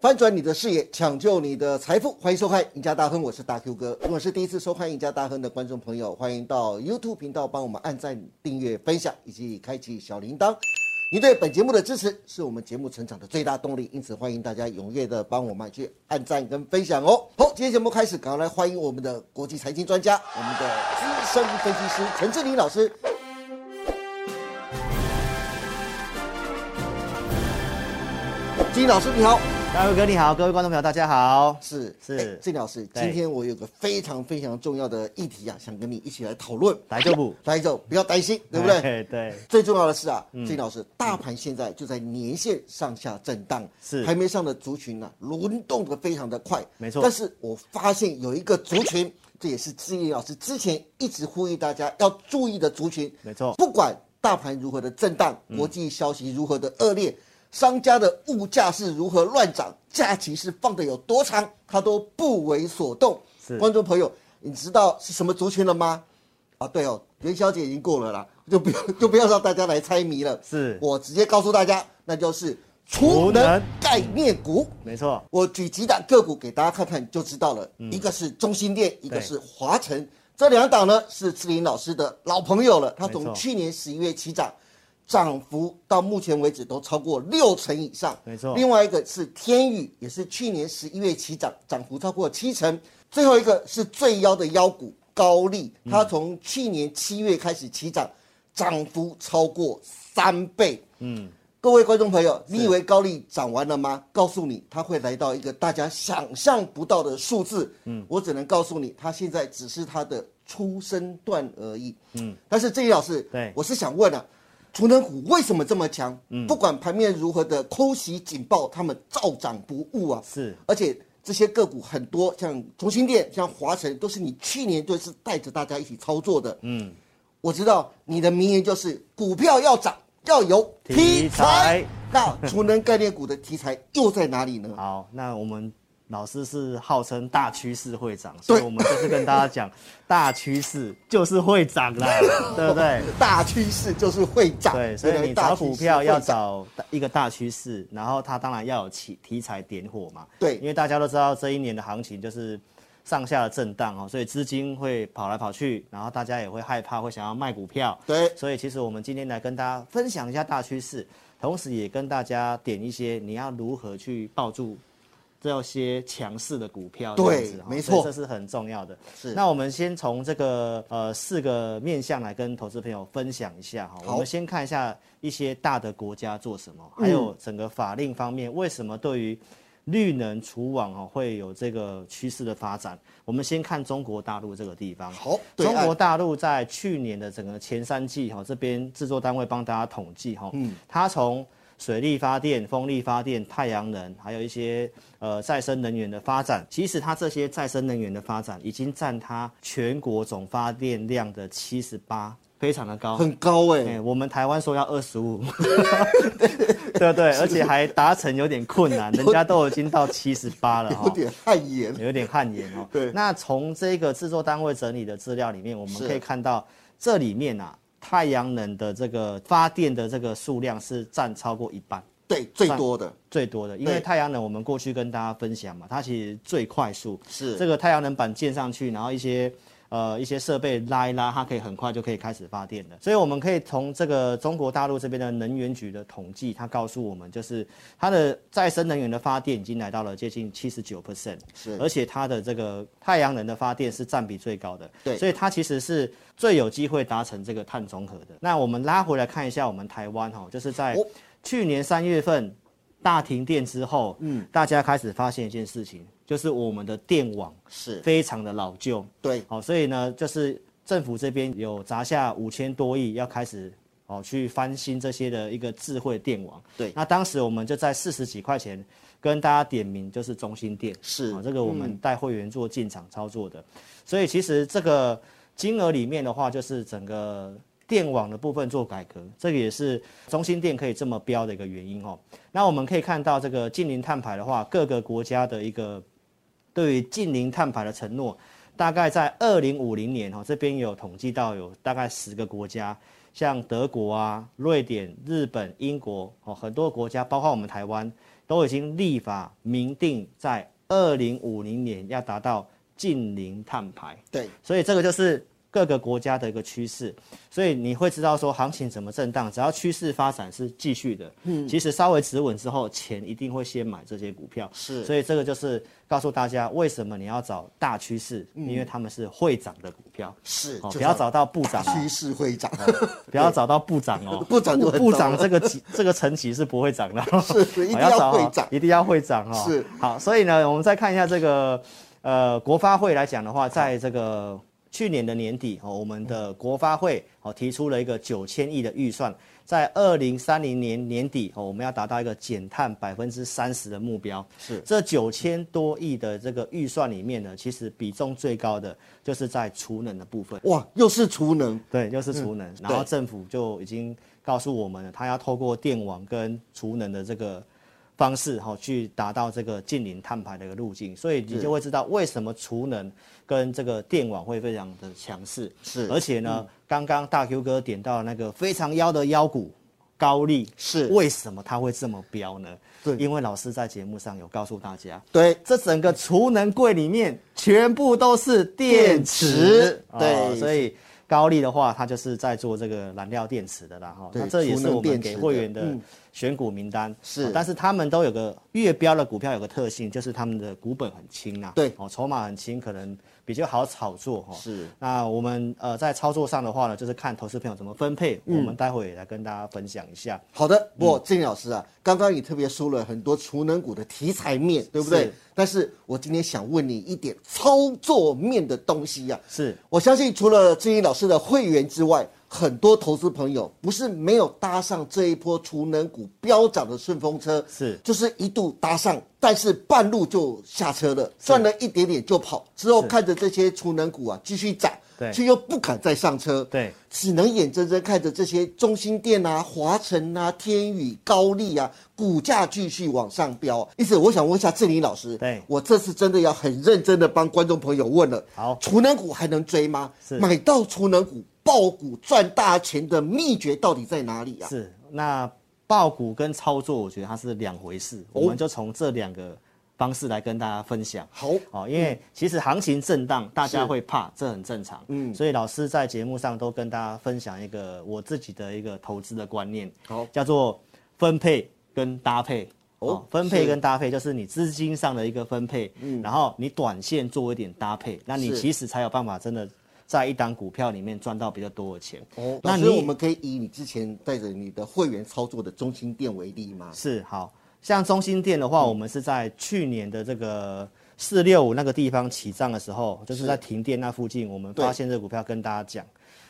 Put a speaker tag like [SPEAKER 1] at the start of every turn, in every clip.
[SPEAKER 1] 翻转你的视野，抢救你的财富，欢迎收看《赢家大亨》，我是大 Q 哥。如果是第一次收看《赢家大亨》的观众朋友，欢迎到 YouTube 频道帮我们按赞、订阅、分享以及开启小铃铛。您对本节目的支持是我们节目成长的最大动力，因此欢迎大家踊跃的帮我们去按赞跟分享哦。好，今天节目开始，赶快来欢迎我们的国际财经专家，我们的资深分析师陈志林老师。志林老师，你好。
[SPEAKER 2] 大卫哥你好，各位观众朋友大家好。
[SPEAKER 1] 是
[SPEAKER 2] 是
[SPEAKER 1] 哎郑老师，
[SPEAKER 2] 对
[SPEAKER 1] 今天我有个非常非常重要的议题啊，想跟你一起来讨论。
[SPEAKER 2] 来就不，
[SPEAKER 1] 来总，不要担心，对不对？
[SPEAKER 2] 哎 对，嗯
[SPEAKER 1] 最重要的是啊，郑老师，大盘现在就在年线上下震荡，
[SPEAKER 2] 是
[SPEAKER 1] 还没上的族群呢、轮动的非常的快，
[SPEAKER 2] 没错
[SPEAKER 1] 但是我发现有一个族群，这也是志毅老师之前一直呼吁大家要注意的族群，
[SPEAKER 2] 没错嗯
[SPEAKER 1] 不管大盘如何的震荡，国际消息如何的恶劣，商家的物价是如何乱涨，假期是放的有多长，它都不为所动。
[SPEAKER 2] 是
[SPEAKER 1] 观众朋友，你知道是什么族群了吗？啊，对哦，元宵节已经过了啦，就不要 就不要让大家来猜谜了。
[SPEAKER 2] 是
[SPEAKER 1] 我直接告诉大家，那就是储
[SPEAKER 2] 储
[SPEAKER 1] 能
[SPEAKER 2] 能
[SPEAKER 1] 概念股。
[SPEAKER 2] 没错，
[SPEAKER 1] 我举几档个股给大家看看就知道了，
[SPEAKER 2] 嗯
[SPEAKER 1] 一个是中心店，一个是华晨，这两档呢是志林老师的老朋友了，他
[SPEAKER 2] 没
[SPEAKER 1] 从
[SPEAKER 2] 错
[SPEAKER 1] 去年十一月起涨，涨幅到目前为止都超过六成以上，
[SPEAKER 2] 没错
[SPEAKER 1] 另外一个是天宇，也是去年十一月起涨，涨幅超过七成，最后一个是最妖的妖股高丽，
[SPEAKER 2] 嗯
[SPEAKER 1] 它从去年七月开始起涨，涨幅超过三倍，
[SPEAKER 2] 嗯，
[SPEAKER 1] 各位观众朋友，你以为高利涨完了吗？告诉你，它会来到一个大家想象不到的数字。嗯，我只能告诉你，它现在只是它的出生段而已。嗯，但是郑毅老师，
[SPEAKER 2] 对
[SPEAKER 1] 我是想问啊，储能股为什么这么强？嗯，不管盘面如何的空袭警报，他们照涨不误啊。
[SPEAKER 2] 是
[SPEAKER 1] 而且这些个股很多，像中兴电、像华晨，都是你去年就是带着大家一起操作的。嗯，我知道你的名言就是股票要涨要有题材。
[SPEAKER 2] 题材
[SPEAKER 1] 那储能概念股的题材又在哪里呢？
[SPEAKER 2] 好，那我们老师是号称大趋势会长，所以
[SPEAKER 1] 对
[SPEAKER 2] 我们就是跟大家讲，大趋势就是会涨 啦，对不对？
[SPEAKER 1] 大趋势就是会涨，
[SPEAKER 2] 对，所
[SPEAKER 1] 原
[SPEAKER 2] 以
[SPEAKER 1] 来
[SPEAKER 2] 你
[SPEAKER 1] 大
[SPEAKER 2] 找
[SPEAKER 1] 趋势
[SPEAKER 2] 股票要
[SPEAKER 1] 会涨
[SPEAKER 2] 找一个大趋势，然后它当然要有题题材点火嘛。
[SPEAKER 1] 对
[SPEAKER 2] 因为大家都知道这一年的行情就是上下的震荡哦，所以资金会跑来跑去，然后大家也会害怕，会想要卖股票。
[SPEAKER 1] 对
[SPEAKER 2] 所以其实我们今天来跟大家分享一下大趋势，同时也跟大家点一些你要如何去抱住。这些强势的股票，
[SPEAKER 1] 对
[SPEAKER 2] 这样子哦
[SPEAKER 1] 没
[SPEAKER 2] 所以
[SPEAKER 1] 错
[SPEAKER 2] 这是很重要的。
[SPEAKER 1] 是
[SPEAKER 2] 那我们先从这个呃四个面向来跟投资朋友分享一下哈。
[SPEAKER 1] 好嗯
[SPEAKER 2] 我们先看一下一些大的国家做什么，还有整个法令方面为什么对于绿能除网哦会有这个趋势的发展。我们先看中国大陆这个地方。
[SPEAKER 1] 好对哎
[SPEAKER 2] 中
[SPEAKER 1] 岸
[SPEAKER 2] 国大陆在去年的整个前三季哈，这边制作单位帮大家统计哈，它从水力发电、风力发电、太阳能，还有一些呃再生能源的发展，其实它这些再生能源的发展已经占它全国总发电量的七十八，非常的高。
[SPEAKER 1] 很高哎、
[SPEAKER 2] 哎、我们台湾说要二十五， 对不对？而且还达成 有点困难，人家都已经到七十八了哈
[SPEAKER 1] 有。点汗颜。
[SPEAKER 2] 有点汗颜哦。
[SPEAKER 1] 对
[SPEAKER 2] 那从这个制作单位整理的资料里面，我们
[SPEAKER 1] 是
[SPEAKER 2] 可以看到这里面啊，太阳能的这个发电的这个数量是占超过一半。
[SPEAKER 1] 对，最多的
[SPEAKER 2] 最多的，因为
[SPEAKER 1] 对
[SPEAKER 2] 太阳能我们过去跟大家分享嘛，它其实最快速，
[SPEAKER 1] 是
[SPEAKER 2] 这个太阳能板建上去，然后一些呃一些设备拉一拉，它可以很快就可以开始发电了。所以我们可以从这个中国大陆这边的能源局的统计，它告诉我们，就是它的再生能源的发电已经来到了接近七十九 percent，
[SPEAKER 1] 是
[SPEAKER 2] 而且它的这个太阳能的发电是占比最高的，
[SPEAKER 1] 对
[SPEAKER 2] 所以它其实是最有机会达成这个碳中和的。那我们拉回来看一下我们台湾哈、哦，就是在
[SPEAKER 1] 哦
[SPEAKER 2] 去年三月份大停电之后，嗯，大家开始发现一件事情，就是我们的电网
[SPEAKER 1] 是，
[SPEAKER 2] 非常的老旧，
[SPEAKER 1] 对，
[SPEAKER 2] 好、所以呢，就是政府这边有砸下五千多亿，要开始哦去翻新这些的一个智慧电网。
[SPEAKER 1] 对
[SPEAKER 2] 那当时我们就在四十几块钱跟大家点名，就是中心店，
[SPEAKER 1] 是
[SPEAKER 2] 哦这个我们带会员做进场操作的，所以其实这个金额里面的话，就是整个。电网的部分做改革，这个也是中心店可以这么标的一个原因哦。那我们可以看到，这个近零碳排的话，各个国家的一个对于近零碳排的承诺，大概在二零五零年哦，这边有统计到有大概十个国家，像德国啊、瑞典、日本、英国哦，很多国家，包括我们台湾，都已经立法明定在二零五零年要达到近零碳排。
[SPEAKER 1] 对，
[SPEAKER 2] 所以这个就是各个国家的一个趋势，所以你会知道说行情怎么震荡，只要趋势发展是继续的，嗯，其实稍微止稳之后，钱一定会先买这些股票，
[SPEAKER 1] 是
[SPEAKER 2] 所以这个就是告诉大家为什么你要找大趋势，因为他们是会涨的股票，
[SPEAKER 1] 是，
[SPEAKER 2] 哦，
[SPEAKER 1] 嗯就
[SPEAKER 2] 不要
[SPEAKER 1] 找
[SPEAKER 2] 找到部长哦，
[SPEAKER 1] 趋势会涨，
[SPEAKER 2] 不要找到部长哦，
[SPEAKER 1] 部长就很
[SPEAKER 2] 部
[SPEAKER 1] 糟
[SPEAKER 2] 长
[SPEAKER 1] 了
[SPEAKER 2] 这个级这个层级是不会涨的哦，
[SPEAKER 1] 是一定
[SPEAKER 2] 好
[SPEAKER 1] 要
[SPEAKER 2] 找
[SPEAKER 1] 会
[SPEAKER 2] 好
[SPEAKER 1] 涨
[SPEAKER 2] 一定要会涨哦。
[SPEAKER 1] 是，
[SPEAKER 2] 好，所以呢，我们再看一下这个，呃，国发会来讲的话，在这个去年的年底哦，我们的国发会哦提出了一个九千亿的预算，在二零三零年年底哦，我们要达到一个减碳百分之三十的目标。
[SPEAKER 1] 是
[SPEAKER 2] 这九千多亿的这个预算里面呢，其实比重最高的就是在储能的部分。
[SPEAKER 1] 哇，又是储能，
[SPEAKER 2] 对，又是储能，然后政府就已经告诉我们了，它要透过电网跟储能的这个方式哈、去达到这个近零碳排的一个路径，所以你就会知道为什么储能跟这个电网会非常的强势。
[SPEAKER 1] 是嗯
[SPEAKER 2] 而且呢，刚刚大 Q 哥点到那个非常妖的妖股高利，
[SPEAKER 1] 是
[SPEAKER 2] 为什么它会这么飙呢？
[SPEAKER 1] 对
[SPEAKER 2] 因为老师在节目上有告诉大家，
[SPEAKER 1] 对，
[SPEAKER 2] 这整个储能柜里面全部都是电池，
[SPEAKER 1] 电池对
[SPEAKER 2] 哦所以高丽的话，它就是在做这个燃料电池的啦，哈，
[SPEAKER 1] 对
[SPEAKER 2] 那这也是我
[SPEAKER 1] 储能
[SPEAKER 2] 们
[SPEAKER 1] 电池
[SPEAKER 2] 给
[SPEAKER 1] 的
[SPEAKER 2] 会员的
[SPEAKER 1] 嗯
[SPEAKER 2] 选股名单，
[SPEAKER 1] 是
[SPEAKER 2] 哦但是他们都有个月标的股票有个特性，就是他们的股本很轻啊，
[SPEAKER 1] 对
[SPEAKER 2] 哦，筹码很轻，可能比较好炒作，哈、
[SPEAKER 1] 是
[SPEAKER 2] 那我们呃在操作上的话呢，就是看投资朋友怎么分配，
[SPEAKER 1] 嗯
[SPEAKER 2] 我们待会也来跟大家分享一下。
[SPEAKER 1] 好的，不
[SPEAKER 2] 嗯
[SPEAKER 1] 过郑老师啊，刚刚你特别说了很多储能股的题材面，对不对
[SPEAKER 2] 是？
[SPEAKER 1] 但是我今天想问你一点操作面的东西呀、
[SPEAKER 2] 是
[SPEAKER 1] 我相信除了志英老师的会员之外，很多投资朋友不是没有搭上这一波储能股飙涨的顺风车，
[SPEAKER 2] 是
[SPEAKER 1] 就是一度搭上，但是半路就下车了，赚了一点点就跑，之后
[SPEAKER 2] 是
[SPEAKER 1] 看着这些储能股啊继续涨，
[SPEAKER 2] 对
[SPEAKER 1] 却又不敢再上车，
[SPEAKER 2] 对，
[SPEAKER 1] 只能眼睁睁看着这些中心店啊、华晨啊、天宇、高丽啊股价继续往上飙。因此，我想问一下志玲老师，
[SPEAKER 2] 对
[SPEAKER 1] 我这次真的要很认真的帮观众朋友问了，
[SPEAKER 2] 好
[SPEAKER 1] 储能股还能追吗？
[SPEAKER 2] 是
[SPEAKER 1] 买到储能股爆股赚大钱的秘诀到底在哪里啊？
[SPEAKER 2] 是，那爆股跟操作，我觉得它是两回事，
[SPEAKER 1] 哦
[SPEAKER 2] 我们就从这两个方式来跟大家分享。
[SPEAKER 1] 好，
[SPEAKER 2] 哦，因为其实行情震荡，大
[SPEAKER 1] 是
[SPEAKER 2] 家会怕，这很正常。
[SPEAKER 1] 嗯
[SPEAKER 2] 嗯，所以老师在节目上都跟大家分享一个我自己的一个投资的观念，
[SPEAKER 1] 好
[SPEAKER 2] 叫做分配跟搭配。
[SPEAKER 1] 哦
[SPEAKER 2] 哦，分配
[SPEAKER 1] 是
[SPEAKER 2] 跟搭配就是你资金上的一个分配，嗯，然后你短线做一点搭配，那你
[SPEAKER 1] 是
[SPEAKER 2] 其实才有办法真的在一档股票里面赚到比较多的钱。
[SPEAKER 1] 哦，
[SPEAKER 2] 那
[SPEAKER 1] 老
[SPEAKER 2] 你
[SPEAKER 1] 师，我们可以以你之前带着你的会员操作的中心店为例吗？嗯
[SPEAKER 2] 是好像中心店的话，我们是在去年的这个四六五那个地方起涨的时候，就是在停电那附近，我们
[SPEAKER 1] 对
[SPEAKER 2] 发现这个股票跟大家讲。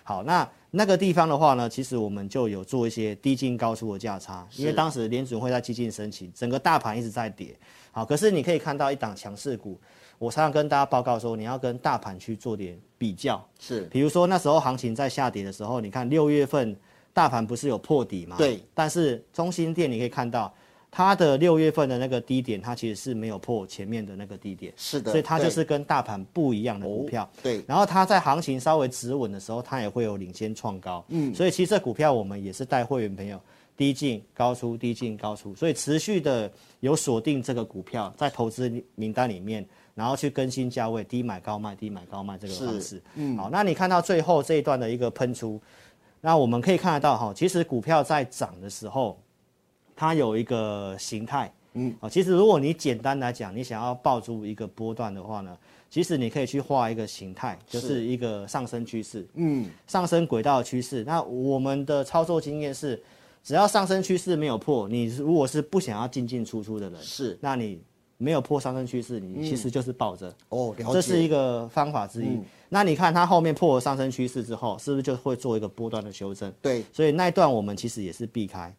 [SPEAKER 2] 好，那那个地方的话呢，其实我们就有做一些低进高出的价差，因为当时联准会在激进升息，整个大盘一直在跌。好，可是你可以看到一档强势股，我常常跟大家报告说，你要跟大盘去做点比较。
[SPEAKER 1] 是
[SPEAKER 2] 比如说那时候行情在下跌的时候，你看六月份大盘不是有破底吗？
[SPEAKER 1] 对。
[SPEAKER 2] 但是中心店你可以看到，它的六月份的那个低点，它其实是没有破前面的那个低点，
[SPEAKER 1] 是的，
[SPEAKER 2] 所以它
[SPEAKER 1] 对
[SPEAKER 2] 就是跟大盘不一样的股票。
[SPEAKER 1] 对
[SPEAKER 2] 然后它在行情稍微止稳的时候，它也会有领先创高。嗯，所以其实这股票我们也是带会员朋友低进高出，低进高出，所以持续的有锁定这个股票在投资名单里面，然后去更新价位，低买高卖，低买高卖这个方式。嗯，好，那你看到最后这一段的一个喷出，那我们可以看得到哈，其实股票在涨的时候，它有一个形态。嗯，啊，其实如果你简单来讲，你想要抱住一个波段的话呢，其实你可以去画一个形态，就是一个上升趋势，嗯，上升轨道的趋势。那我们的操作经验是，只要上升趋势没有破，你如果是不想要进进出出的人，
[SPEAKER 1] 是
[SPEAKER 2] 那你没有破上升趋势，你其实就是抱着。
[SPEAKER 1] 哦，了解，嗯
[SPEAKER 2] 这是一个方法之一。那你看它后面破了上升趋势之后，是不是就会做一个波段的修正？
[SPEAKER 1] 对
[SPEAKER 2] 所以那一段我们其实也是避开。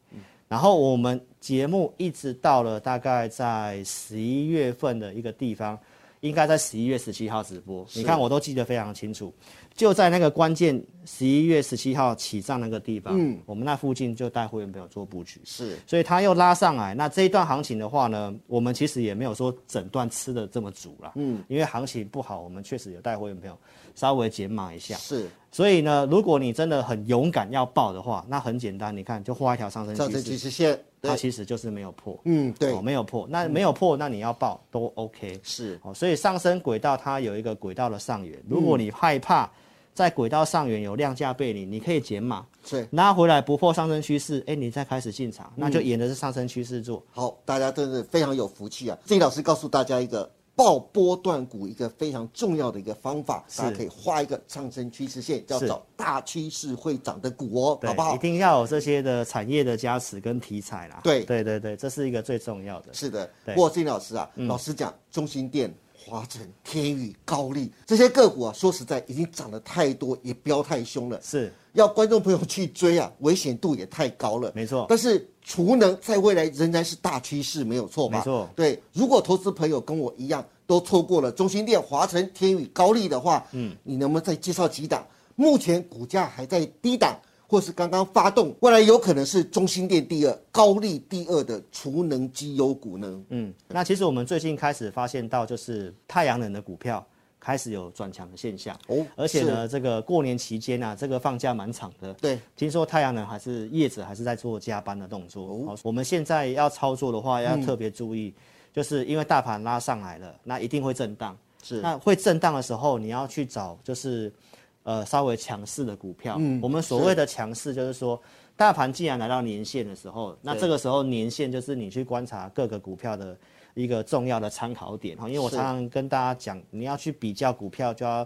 [SPEAKER 2] 然后我们节目一直到了大概在十一月份的一个地方，应该在十一月十七号直播。你看我都记得非常清楚，就在那个关键十一月十七号起涨那个地方，我们那附近就带会员朋友做布局。
[SPEAKER 1] 是
[SPEAKER 2] 所以它又拉上来。那这一段行情的话呢，我们其实也没有说整段吃的这么足啦，嗯，因为行情不好，我们确实有带会员朋友稍微减码一下。
[SPEAKER 1] 是
[SPEAKER 2] 所以呢，如果你真的很勇敢要报的话，那很简单，你看就画一条上升
[SPEAKER 1] 上
[SPEAKER 2] 趋
[SPEAKER 1] 升
[SPEAKER 2] 势
[SPEAKER 1] 趋，势线，
[SPEAKER 2] 它其实就是没有破。
[SPEAKER 1] 嗯，对
[SPEAKER 2] 哦，，没有破，那没有破，那你要报都 OK。
[SPEAKER 1] 是嗯
[SPEAKER 2] 哦，所以上升轨道它有一个轨道的上缘，如果你害怕在轨道上缘有量价背离，你可以减码，
[SPEAKER 1] 是。
[SPEAKER 2] 拉回来不破上升趋势，哎、你再开始进场，那
[SPEAKER 1] 嗯
[SPEAKER 2] 就沿着是上升趋势做。
[SPEAKER 1] 好，大家真的非常有福气啊！这里老师告诉大家一个爆波段股一个非常重要的一个方法，
[SPEAKER 2] 是
[SPEAKER 1] 大家可以画一个上升趋势线，要
[SPEAKER 2] 是
[SPEAKER 1] 找大趋势会涨的股哦，
[SPEAKER 2] 对
[SPEAKER 1] 好不好
[SPEAKER 2] 一？定要有这些的产业的加持跟题材啦。
[SPEAKER 1] 对
[SPEAKER 2] 对对对，这是一个最重要的。
[SPEAKER 1] 是的，
[SPEAKER 2] 对嗯
[SPEAKER 1] 不过这里老师啊，老实讲，中心店。华晨、天宇、高丽这些个股啊，说实在已经涨得太多，也飙太凶了。
[SPEAKER 2] 是
[SPEAKER 1] 要观众朋友去追啊，危险度也太高了。
[SPEAKER 2] 没错
[SPEAKER 1] 但是储能在未来仍然是大趋势，没有错吧？
[SPEAKER 2] 没错
[SPEAKER 1] 对，如果投资朋友跟我一样都错过了中心店、华晨、天宇、高丽的话，嗯，你能不能再介绍几档？目前股价还在低档，或是刚刚发动，未来有可能是中心店第二、高丽第二的储能绩优股呢？
[SPEAKER 2] 嗯，那其实我们最近开始发现到，就是太阳能的股票开始有转强的现象。
[SPEAKER 1] 哦
[SPEAKER 2] 而且呢，这个过年期间啊，这个放假蛮长的。
[SPEAKER 1] 对，
[SPEAKER 2] 听说太阳能还是业者还是在做加班的动作。哦，我们现在要操作的
[SPEAKER 1] 嗯
[SPEAKER 2] 话，要特别注意，就是因为大盘拉上来了，那一定会震荡。
[SPEAKER 1] 是
[SPEAKER 2] 那会震荡的时候，你要去找就是呃稍微强势的股票。嗯，我们所谓的强势就是说。大盘既然来到年线的时候，那
[SPEAKER 1] 对
[SPEAKER 2] 这个时候年线就是你去观察各个股票的一个重要的参考点哈。因为我
[SPEAKER 1] 是
[SPEAKER 2] 常常跟大家讲，你要去比较股票，就要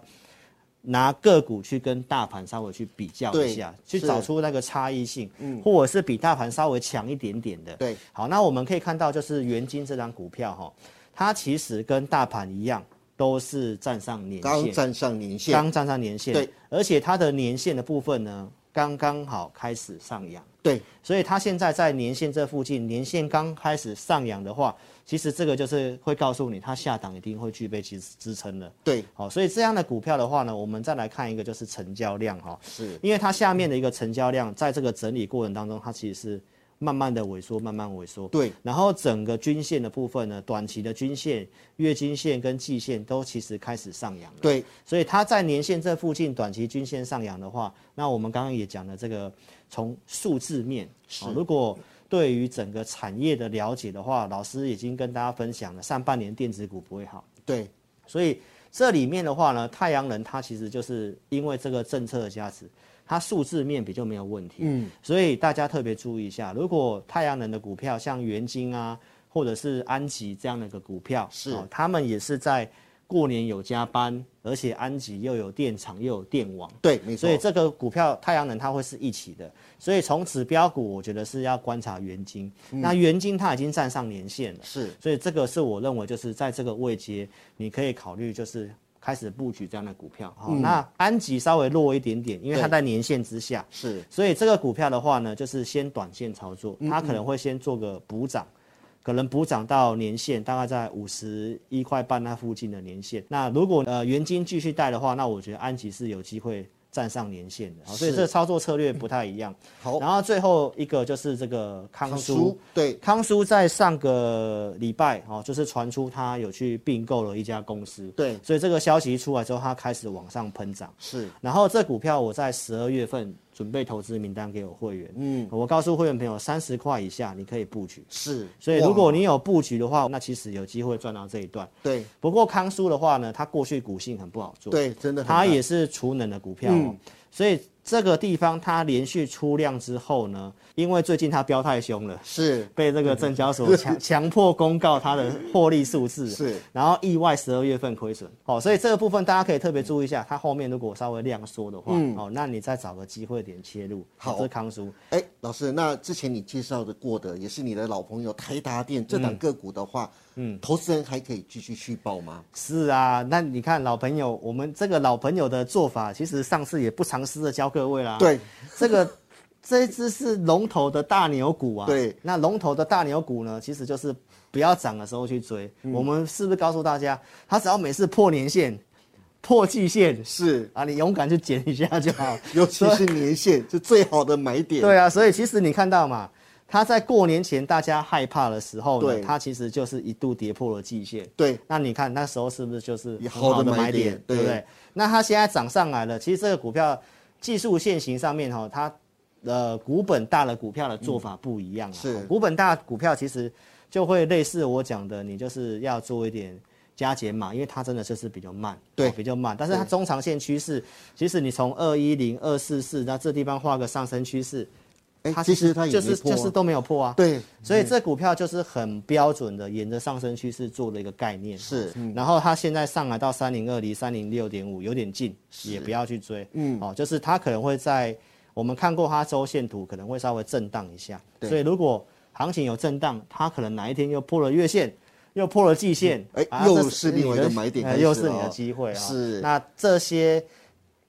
[SPEAKER 2] 拿个股去跟大盘稍微去比较一下，
[SPEAKER 1] 对
[SPEAKER 2] 去
[SPEAKER 1] 是嗯
[SPEAKER 2] 找出那个差异性，或者是比大盘稍微强一点点的。
[SPEAKER 1] 对，
[SPEAKER 2] 好，那我们可以看到，就是元金这张股票哈，它其实跟大盘一样，都是站上年
[SPEAKER 1] 刚
[SPEAKER 2] 线，
[SPEAKER 1] 站上年线，
[SPEAKER 2] 刚站上年线，
[SPEAKER 1] 对，
[SPEAKER 2] 而且它的年线的部分呢，刚刚好开始上扬。
[SPEAKER 1] 对，
[SPEAKER 2] 所以它现在在年线这附近，年线刚开始上扬的话，其实这个就是会告诉你，它下档一定会具备支支撑的。
[SPEAKER 1] 对，
[SPEAKER 2] 好，所以这样的股票的话呢，我们再来看一个就是成交量哈，
[SPEAKER 1] 是，
[SPEAKER 2] 因为它下面的一个成交量，在这个整理过程当中，它其实是慢慢的萎缩，慢慢萎缩。
[SPEAKER 1] 对，
[SPEAKER 2] 然后整个均线的部分呢，短期的均线、月均线跟季线都其实开始上扬了。
[SPEAKER 1] 对，
[SPEAKER 2] 所以它在年线这附近短期均线上扬的话，那我们刚刚也讲了，这个从数字面，哦、如果对于整个产业的了解的话，老师已经跟大家分享了，上半年电子股不会好，
[SPEAKER 1] 对，
[SPEAKER 2] 所以这里面的话呢，太阳能它其实就是因为这个政策的加持，它数字面比较没有问题，嗯，所以大家特别注意一下，如果太阳能的股票像元晶啊，或者是安吉这样的一个股票，哦
[SPEAKER 1] 是
[SPEAKER 2] 他们也是在过年有加班，而且安吉又有电厂又有电网。
[SPEAKER 1] 对，没错
[SPEAKER 2] 所以，这个股票太阳能它会是一起的，所以从指标股，我觉得是要观察元晶。
[SPEAKER 1] 嗯
[SPEAKER 2] 那元晶它已经站上年线了，
[SPEAKER 1] 是
[SPEAKER 2] 所以这个是我认为就是在这个位阶，你可以考虑就是开始布局这样的股票。好、那安吉稍微弱一点点，因为它
[SPEAKER 1] 嗯对
[SPEAKER 2] 在年线之下，
[SPEAKER 1] 是，
[SPEAKER 2] 所以这个股票的话呢，就是先短线操作，
[SPEAKER 1] 嗯
[SPEAKER 2] 它可能会先做个补涨。可能补涨到年线，大概在五十一块半那附近的年线。那如果呃原金继续带的话，那我觉得安吉是有机会站上年线的。好所以
[SPEAKER 1] 是嗯
[SPEAKER 2] 这个操作策略不太一样。
[SPEAKER 1] 好，
[SPEAKER 2] 然后最后一个就是这个康
[SPEAKER 1] 康
[SPEAKER 2] 叔
[SPEAKER 1] 叔，，对，
[SPEAKER 2] 康叔在上个礼拜哦，就是传出他有去并购了一家公司，
[SPEAKER 1] 对
[SPEAKER 2] 所以这个消息一出来之后，它开始往上喷涨。
[SPEAKER 1] 是，
[SPEAKER 2] 然后这股票我在十二月份准备投资名单给我会员，嗯，我告诉会员朋友，三十块以下你可以布局。
[SPEAKER 1] 是，
[SPEAKER 2] 所以如果
[SPEAKER 1] 哇
[SPEAKER 2] 你有布局的话，那其实有机会赚到这一段。
[SPEAKER 1] 对
[SPEAKER 2] 不过康叔的话呢，它过去股性很不好做，
[SPEAKER 1] 对，真的很
[SPEAKER 2] 它
[SPEAKER 1] 大嗯
[SPEAKER 2] 也是储能的股票、哦，所以这个地方它连续出量之后呢，因为最近它飙太凶了。
[SPEAKER 1] 是
[SPEAKER 2] 被这个证 交所强强迫公告它的获利数字，
[SPEAKER 1] 是，
[SPEAKER 2] 然后意外十二月份亏损，哦，所以这个部分大家可以特别注意一下，它后面如果稍微量缩的话，哦，那你再找个机会点切入，
[SPEAKER 1] 嗯好
[SPEAKER 2] 这是康叔，
[SPEAKER 1] 哎，老师，那之前你介绍的过的也是你的老朋友台达电这档个股的话，嗯，投资人还可以继续续报吗？
[SPEAKER 2] 是啊，那你看老朋友，我们这个老朋友的做法，其实上次也不藏私的教各位啦，，
[SPEAKER 1] 对，
[SPEAKER 2] 这个。这一只是龙头的大牛股啊，
[SPEAKER 1] 对
[SPEAKER 2] 那龙头的大牛股呢，其实就是不要涨的时候去追。
[SPEAKER 1] 嗯
[SPEAKER 2] 我们是不是告诉大家，它只要每次破年线、破季线，
[SPEAKER 1] 是，
[SPEAKER 2] 啊，你勇敢去捡一下就好。
[SPEAKER 1] 尤其是年限是最好的买点。，
[SPEAKER 2] 对啊，所以其实你看到嘛，它在过年前大家害怕的时候
[SPEAKER 1] 对
[SPEAKER 2] 呢，它其实就是一度跌破了季线。
[SPEAKER 1] 对，
[SPEAKER 2] 那你看那时候是不是就是
[SPEAKER 1] 也
[SPEAKER 2] 很
[SPEAKER 1] 好的
[SPEAKER 2] 的
[SPEAKER 1] 买
[SPEAKER 2] 买
[SPEAKER 1] 点
[SPEAKER 2] 对不
[SPEAKER 1] 对
[SPEAKER 2] 对？那它现在涨上来了，其实这个股票技术线型上面哈、它呃股本大的股票的做法不一样、
[SPEAKER 1] 嗯
[SPEAKER 2] 啊
[SPEAKER 1] 是
[SPEAKER 2] 股本大的股票其实就会类似我讲的，你就是要做一点加减码，因为它真的就是比较慢，
[SPEAKER 1] 对
[SPEAKER 2] 哦比较慢。但是它中长线趋势，其实你从二一零、二四四，那这地方画个上升趋势，
[SPEAKER 1] 哎、
[SPEAKER 2] 它
[SPEAKER 1] 其实它也
[SPEAKER 2] 就
[SPEAKER 1] 没
[SPEAKER 2] 是
[SPEAKER 1] 破、啊嗯
[SPEAKER 2] 就是都没有破啊。
[SPEAKER 1] 对，
[SPEAKER 2] 所以这股票就是很标准的沿着上升趋势做的一个概念。
[SPEAKER 1] 是嗯
[SPEAKER 2] 然后它现在上来到三零二离三零六点五有点近，也不要去追。嗯，哦，就是它可能会在我们看过它周线图，可能会稍微震荡一下。所以如果行情有震荡，它可能哪一天又破了月线。又破了季线，
[SPEAKER 1] 哎
[SPEAKER 2] 啊
[SPEAKER 1] 又
[SPEAKER 2] 这
[SPEAKER 1] 是另外一个
[SPEAKER 2] 你的
[SPEAKER 1] 买点
[SPEAKER 2] 呃
[SPEAKER 1] 开始
[SPEAKER 2] 又
[SPEAKER 1] 了
[SPEAKER 2] 是你的
[SPEAKER 1] 哦
[SPEAKER 2] 机会啊、
[SPEAKER 1] 是
[SPEAKER 2] 那这些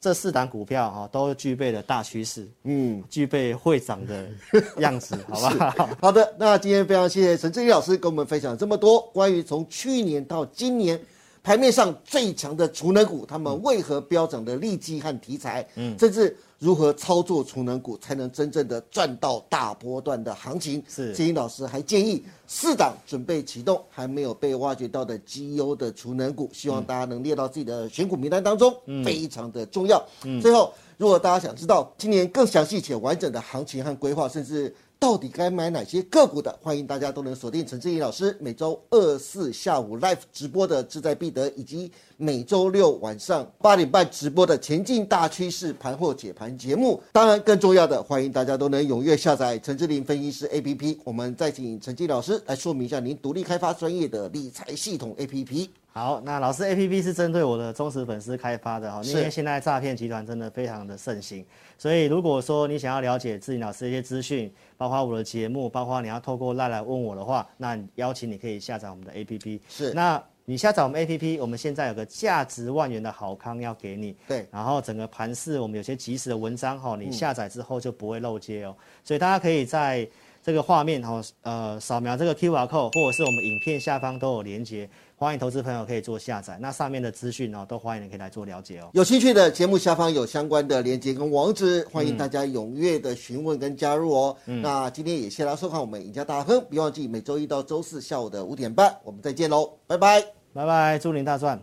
[SPEAKER 2] 这四档股票哈、哦，都具备了大趋势，
[SPEAKER 1] 嗯，
[SPEAKER 2] 具备会长的样子，好 不好？
[SPEAKER 1] 好的，那今天非常谢谢陈志宇老师跟我们分享这么多关于从去年到今年盘面上最强的储能股，他们为何飙涨的利基和题材，嗯，甚至如何操作储能股才能真正的赚到大波段的行情。
[SPEAKER 2] 是
[SPEAKER 1] 金英老师还建议四档准备启动还没有被挖掘到的绩优的储能股，希望大家能列到自己的选股名单当中，非常的重要。最后，如果大家想知道今年更详细且完整的行情和规划，甚至到底该买哪些个股的，欢迎大家都能锁定陈志怡老师每周二四下午 live 直播的志在必得，以及每周六晚上八点半直播的前进大趋势盘后解盘节目。当然，更重要的，欢迎大家都能踊跃下载陈志玲分析师 APP。我们再请陈志怡老师来说明一下您独立开发专业的理财系统 APP。
[SPEAKER 2] 好，那老师 A P P 是针对我的忠实粉丝开发的哈，因为现在诈骗集团真的非常的盛行，所以如果说你想要了解志颖老师的一些资讯，包括我的节目，包括你要透过赖来问我的话，那邀请你可以下载我们的 A P P。
[SPEAKER 1] 是
[SPEAKER 2] 那你下载我们 A P P，我们现在有个价值万元的好康要给你，
[SPEAKER 1] 对
[SPEAKER 2] 然后整个盘市我们有些即时的文章哈，你下载之后就不会漏接哦，所以大家可以在这个画面哈，呃，扫描这个 QR code 或者是我们影片下方都有连接，欢迎投资朋友可以做下载。那上面的资讯哦，都欢迎你可以来做了解哦。
[SPEAKER 1] 有兴趣的节目下方有相关的连接跟网址，欢迎大家踊跃的询问跟加入哦。那今天也谢谢大家收看我们赢家大亨，别忘记每周一到周四下午的五点半，我们再见喽，拜拜。
[SPEAKER 2] 拜拜，祝您大赚。